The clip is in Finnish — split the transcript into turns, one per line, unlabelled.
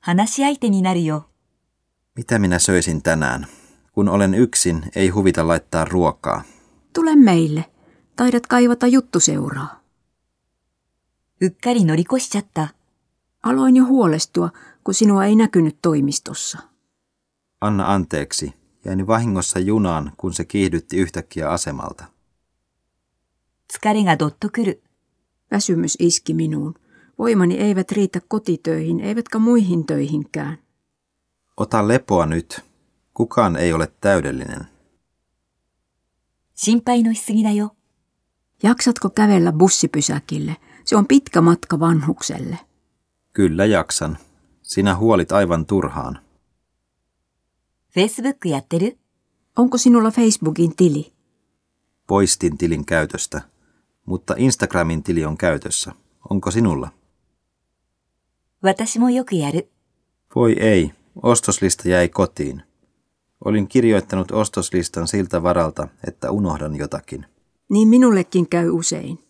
話し相手になるよ。
Mitä minä söisin tänään? Kun olen yksin, ei huvita laittaa ruokaa.
Tule meille. Taidat kaivata juttuseuraa.
うっかり乗り越しちゃった。
Aloin jo huolestua, kun sinua ei näkynyt toimistossa.
Anna anteeksi. Jäin vahingossa junaan, kun se kiihdytti yhtäkkiä asemalta.
疲れがどっとくる。
Väsymys iski minuun. Voimani eivät riitä kotitöihin, eivätkä muihin töihinkään.
Ota lepoa nyt. Kukaan ei ole täydellinen.
心配のしすぎだよ。
Jaksatko kävellä bussipysäkille? Se on pitkä matka vanhukselle.
Kyllä jaksan. Sinä huolit aivan turhaan.
Facebook やってる
Onko sinulla Facebookin tili?
Poistin tilin käytöstä. Mutta Instagramin tili on käytössä. Onko sinulla?
私もよくやる。
Voi ei, ostoslista jäi kotiin. Olin kirjoittanut ostoslistan siltä varalta, että unohdan jotakin.
Niin minullekin käy usein.